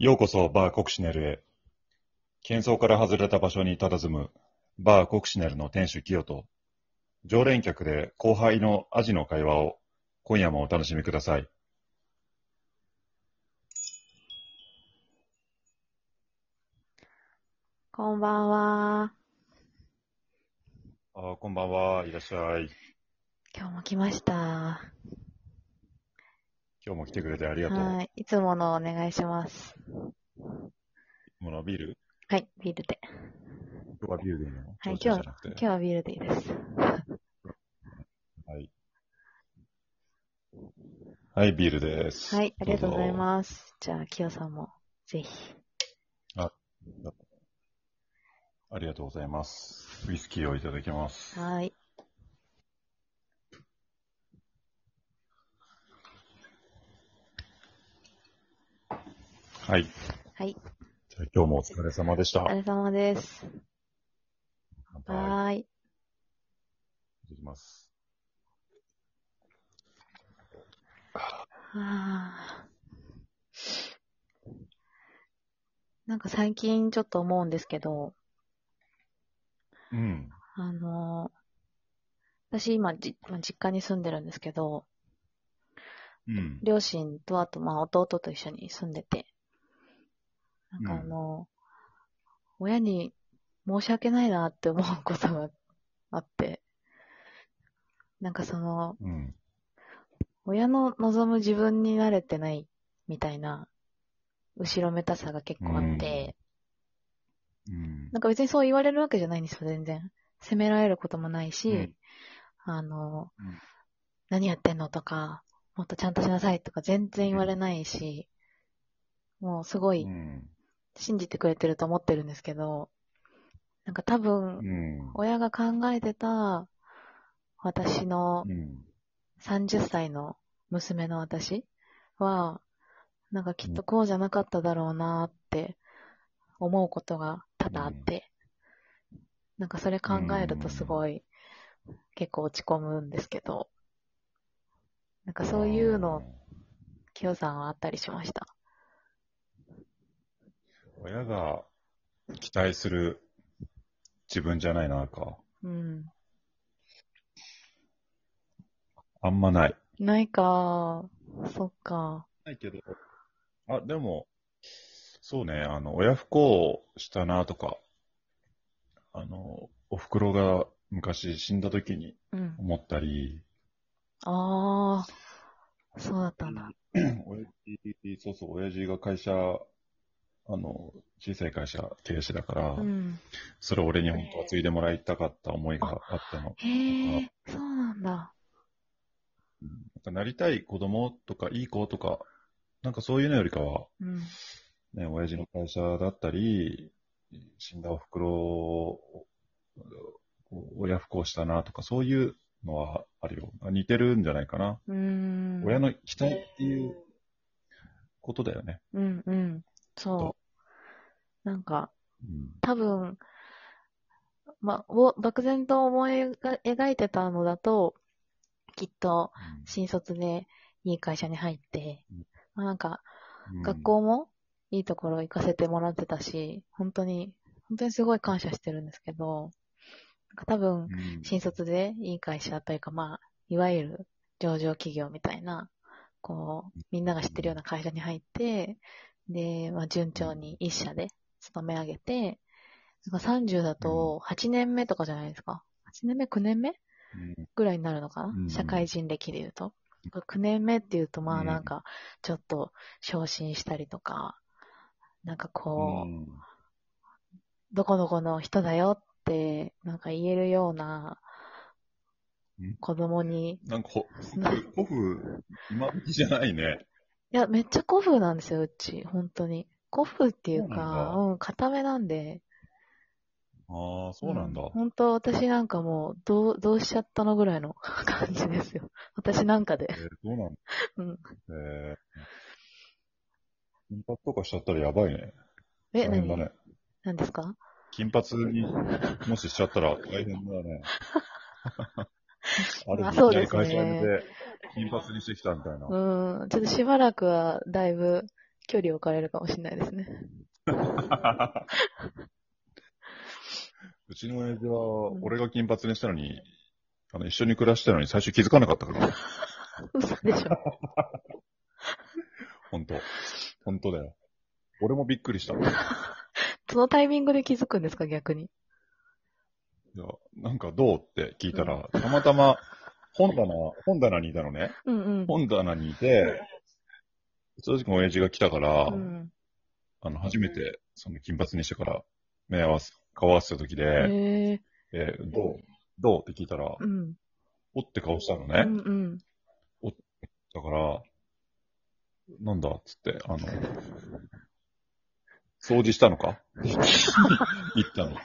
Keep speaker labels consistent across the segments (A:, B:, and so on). A: ようこそバーコクシネルへ。喧騒から外れた場所に佇むバーコクシネルの店主キヨと、常連客で後輩のアジの会話を今夜もお楽しみください。
B: こんばんは。
A: あーこんばんは、いらっしゃい。
B: 今日も来ました。
A: 今日も来てくれてありがとう。
B: はい。いつものお願いします。
A: ものビール
B: はい、ビールで。
A: 今日はビールでいいの
B: は
A: 焼
B: い
A: 酎じゃなくて
B: 今日はビールでいいです。
A: はい。はい、ビールです。
B: はい、ありがとうござい
A: す。
B: ます。じゃあ、きよさんも、ぜひ。
A: ありがとうございます。ウイスキーをいただきます。
B: はい。
A: はい。
B: はい。
A: じゃあ今日もお疲れ様でした。
B: お疲れ様です。
A: 乾杯
B: はーい。
A: いただきます。
B: はあなんか最近ちょっと思うんですけど、
A: うん。
B: あのー私今じ、まあ実家に住んでるんですけど、
A: うん。
B: 両親と、あと、まあ、弟と一緒に住んでて、なんか
A: うん
B: あの、親に申し訳ないなって思うことがあって、なんかその、
A: うん。
B: 親の望む自分になれてないみたいな、後ろめたさが結構あって、
A: うん。
B: なんか別にそう言われるわけじゃないんですよ、全然。責められることもないし、
A: うん
B: あの、
A: うん
B: 何やってんのとか、もっとちゃんとしなさいとか全然言われないし、もうすごい
A: うん。
B: 信じてくれてると思ってるんですけど、なんか多分、
A: うん。
B: 親が考えてた、私の
A: うん。
B: 30歳の娘の私は、なんかきっとこうじゃなかっただろうなって思うことが多々あって、なんかそれ考えるとすごい結構落ち込むんですけど、なんかそういうの、きよさんはあったりしました。
A: うん。親が期待する自分じゃないな、か。
B: うん。
A: あんまない。
B: ないか、そっか。
A: ないけど。あ、でも、そうね、あの、親不幸したな、とか、あの、お袋が昔死んだ時に
B: うん。
A: 思ったり、
B: ああ、そうだったんだ。
A: 親父、そうそう、親父が会社、あの、小さい会社経営者だから、
B: うん。
A: それを俺に本当は継いでもらいたかった思いがあったの。
B: へえ、そうなんだ。
A: なんかなりたい子供とか、いい子とか、なんかそういうのよりかは、
B: うん。
A: ね、親父の会社だったり、死んだお袋を、親不幸したなとか、そういうのはあるよ。似てるんじゃないかな。
B: うーん。
A: 親の期待っていうことだよね。
B: うんうん。
A: と
B: そう。なんか、
A: うん
B: 多分、まあ、を漠然と思いが描いてたのだと、きっと、新卒でいい会社に入って、まあ、なんか、
A: うん
B: 学校もいいところ行かせてもらってたし、本当に、本当にすごい感謝してるんですけど、なんか多分、
A: うん
B: 新卒でいい会社というか、まあ、いわゆる上場企業みたいな、こう、みんなが知ってるような会社に入って、で、まあ、順調に一社で勤め上げて、なんか30だと8年目とかじゃないですか。8年目 ?9 年目
A: うん
B: ぐらいになるのかな、
A: うん
B: 社会人歴で言うと。9年目っていうと、ま
A: う
B: あ
A: ん
B: なんか、ちょっと昇進したりとか、なんかこ
A: う
B: う、
A: ん
B: どこどこの人だよって、なんか言えるような
A: うん
B: 子供に
A: なんかほ、
B: な
A: 古風、今時じゃないね。
B: いや、めっちゃ古風なんですよ、うち。本当に。古風っていう
A: そうなん
B: か、
A: だ
B: うん、固めなんで。
A: ああ、そうなんだ。
B: 本当、私なんかもう、どう、どうしちゃったのぐらいの 感じですよ。私なんか
A: え
B: で。
A: ー、どうなんだ。
B: うん。
A: えー、金髪とかしちゃったらやばいね。
B: え、
A: 大変だ
B: 何
A: ね。
B: 何ですか
A: 金髪に、もししちゃったら大変だ ね。ある
B: まあ
A: 日、
B: そうで
A: いき
B: す
A: な
B: ね
A: り会社辞めて、金髪にしてきたみたいな。
B: うん。ちょっとしばらくは、だいぶ、距離置かれるかもしれないですね。
A: うちの親父は、俺が金髪にしたのに、あの、一緒に暮らしてたのに最初気づかなかったから。
B: 嘘でしょ。
A: 本当本当だよ。俺もびっくりした。い
B: そのタイミングで気づくんですか、逆に。
A: や、なんかどうって聞いたら、たまたま本棚、本棚にいたのね。
B: うんうん。
A: 本棚にいて、正直親父が来たから、
B: うん、
A: あの、初めて、その金髪にしてから、目合わせ、顔合わせた時
B: へ
A: で、
B: え
A: えーどうどうって聞いたら、
B: うん。
A: おって顔したの
B: う
A: ね。
B: んうん。
A: だから、なんだっつって、あの、掃除したの か言ったの。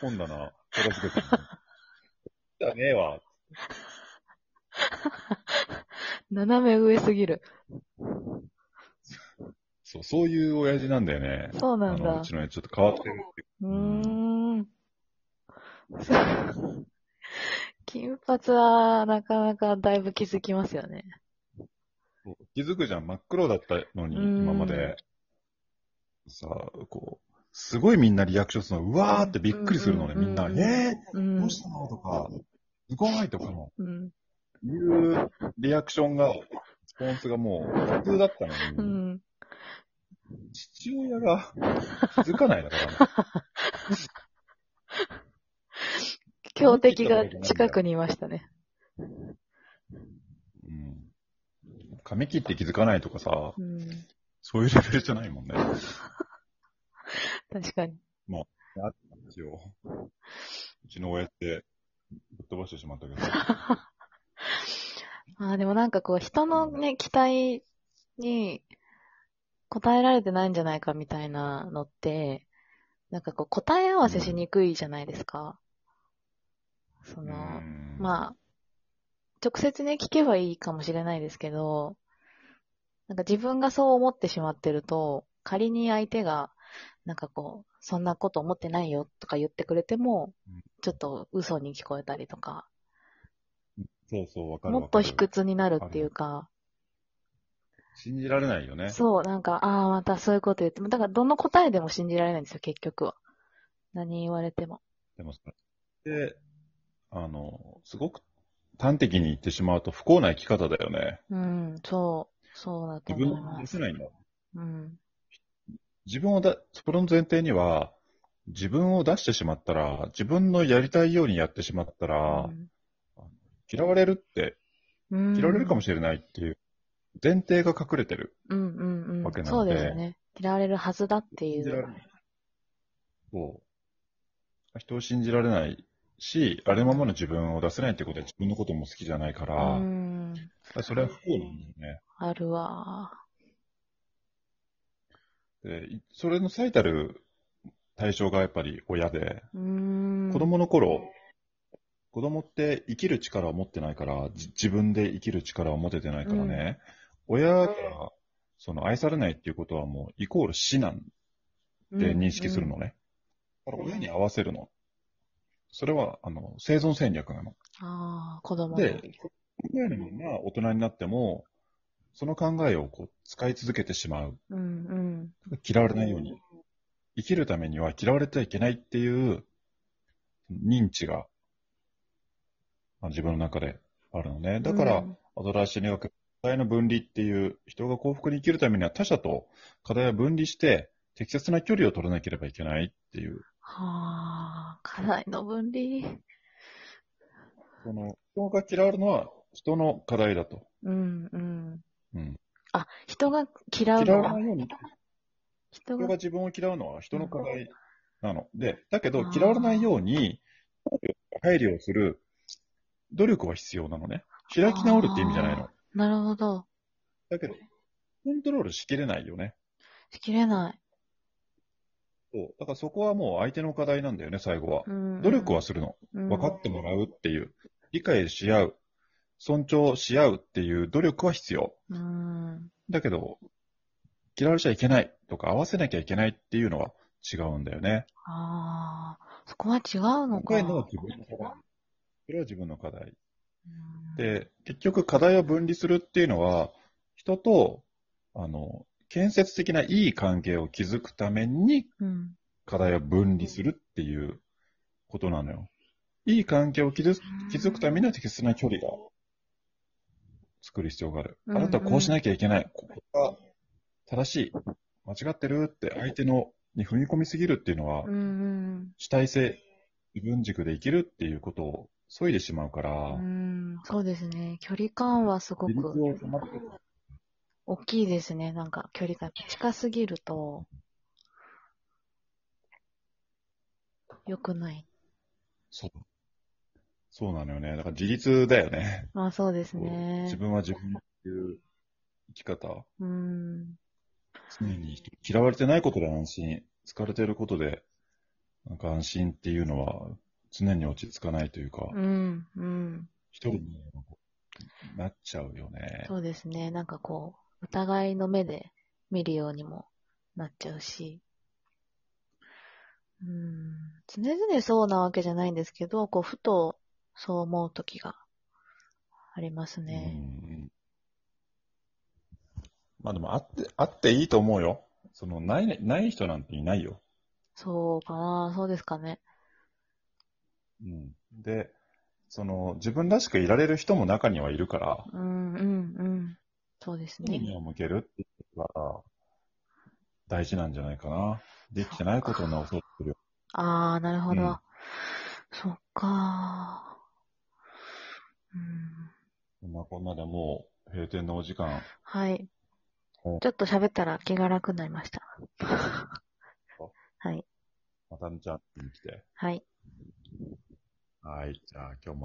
A: 本棚、片付けたの。じゃねえわ。
B: 斜め上すぎる。
A: そう、そういう親父なんだよね。
B: そうな
A: あ
B: ん
A: の、
B: だ
A: う。ちの親父ちょっと変わってるっていう
B: うーん。 金髪は、なかなかだいぶ気づきますよね。
A: そう気づくじゃん、真っ黒だったのに、
B: うん
A: 今まで。さあ、こう、すごいみんなリアクションするの、うわーってびっくりするのね、
B: うん
A: みんな。
B: うん
A: え
B: う
A: ー、ど
B: ん
A: う。したのとか、すごいとかの、
B: うん。
A: いうリアクションが、スポンスがもう普通だった
B: う
A: のに、
B: ん。
A: 父親が気づかないだから、
B: 強敵が近くにいましたね。
A: うん。髪切って気づかないとかさ、
B: うん。
A: そういうレベルじゃないもんね。
B: 確かに。
A: 一応。うちの親って、ぶっ飛ばしてしまったけど。
B: ああ、でもなんかこう、人のね、期待に答えられてないんじゃないかみたいなのって、なんかこう、答え合わせしにくいじゃないですか。その、
A: あ、
B: まあ、直接ね、聞けばいいかもしれないですけど、なんか自分がそう思ってしまってると、仮に相手が、なんかこう、そんなこと思ってないよとか言ってくれても
A: うん、
B: ちょっと嘘に聞こえたりとか、
A: そうそう、わかる
B: も
A: わ
B: っ
A: か
B: と
A: る。
B: 卑屈になるっていうか、
A: 信じられないよね。
B: そう、なんか、ああ、またそういうこと言っても、だからどの答えでも信じられないんですよ、結局は。何言われても。
A: でもそれって、あの、すごく端的に言ってしまうと不幸な生き方だよね。
B: うん、そう、そうだと
A: 自分
B: 思
A: を
B: いま
A: 出せ
B: す。
A: ないんだ。
B: うん、
A: 自分をだ、それの前提には、自分を出してしまったら、自分のやりたいようにやってしまったら、嫌われるって、
B: うん、
A: 嫌われるかも
B: し
A: しれないっていう前提が隠れてる。
B: れない。うん、うん、う
A: わ
B: ん。
A: けな
B: そ
A: の
B: う
A: で
B: ですね。嫌われるはずだってい
A: 信じられ
B: う。
A: ない。そう。人を信じられないし、あれままの自分を出せないってことは自分のことも好きじゃないか
B: う
A: ら、
B: ん、
A: それは不幸なんだよね。
B: あるわ。
A: で、いそれの最たる対象がやっぱり親で、
B: うん。
A: 子供の頃、子供って生きる力を持ってないから、じ自分で生きる力を持ててないからね、親からその愛されないっていうことはもうイコール死なんで認識する
B: の。
A: のね。だから親に合わせるの。それは、あの、生存戦略なの。
B: ああ、子供の。
A: で、考えのまま大人になっても、その考えをこう使い続けてしまう。
B: うん、うん。
A: 嫌われないように。生きるためには嫌われてはいけないっていう認知があの自分の中であるのね。だから、
B: うん
A: アドラー心理学、課題の分離っていう、人が幸福に生きるためには他者と課題を分離して、適切な距離を取らなければいけないっていう、
B: はあ、課題の分離。
A: その、人が嫌われるのは人の課題だと。
B: うん、うん。
A: うん。
B: あ、人が嫌う
A: 嫌
B: の
A: われ
B: は
A: ないように、
B: 人
A: 人
B: が
A: が自分を嫌うのは人の課題なの。で、だけ
B: あ
A: ど
B: ー
A: 嫌われないように配慮をする努力は必要なのね。開き直るって意味じゃないの
B: あ。ー。なるほど。
A: だけど、コントロールしきれないよね。
B: しきれない。
A: そう。だからそこはもう相手の課題なんだよね、最後は。
B: うん、
A: 努力はするの。
B: 分
A: 分かってもらうっていう。理解し合う。尊重し合うっていう努力は必要。
B: うん。
A: だけど、嫌われちゃいけないとか合わせなきゃいけないっていうのは違うんだよね。
B: ああ、そこは違うの
A: 今
B: か。
A: 回のは自分の課題。それは自分の課題。
B: うん、
A: で、結局課題を分離するっていうのは、人とあの、建設的ないい関係を築くために
B: うん。
A: 課題を分離するっていうことなのよ。いい関係を築く築くためには適切な距離が作る必要がある。
B: うん
A: あなたはこうしなきゃいけない。ここが正しい。間違ってるって相手のに踏み込みすぎるっていうのは
B: う、ん
A: 主体性、自分軸で生きるっていうことを削いでしまうか
B: うんう
A: ら、
B: ん。うん。そうですね。距離感はすご
A: 自立
B: く
A: を保って
B: 大きいですね。なんか距離が近すぎると、良くない。
A: そう。そうなのよね。だから自立だよね。
B: あ、そうです
A: こう自
B: ね。
A: 分は自分っていう生き方。
B: うん。
A: 常に嫌われてないことで安心、疲れてることで、なんか安心っていうのは常に落ち着かないというか、
B: うん。うん。
A: 一人になっちゃうよね。
B: そうですね。なんかこう、お互いの目で見るようにもなっちゃうし。うん、常々そうなわけじゃないんですけど、こう、ふとそう思う時があります
A: う
B: ね。
A: ん。まあでもあって、あっていいと思うよ。その、ない、ない人なんていないよ。
B: そうかな、そうですかね。
A: うん。で、その、自分らしくいられる人も中にはいるから、
B: うん、うん、うん。そうです
A: 意
B: ね。
A: 味を向けるっていうことが大事なんじゃないかな。できてないことを直そうとするよ。
B: ああ、なるほど。
A: うん
B: そっか。うん。
A: こんなこんなでもう閉店のお時間。
B: はい。
A: お
B: ちょっと喋ったら気が楽になりました。はい。
A: またねちゃんに来て。
B: はい。
A: はい。じゃあ今日も。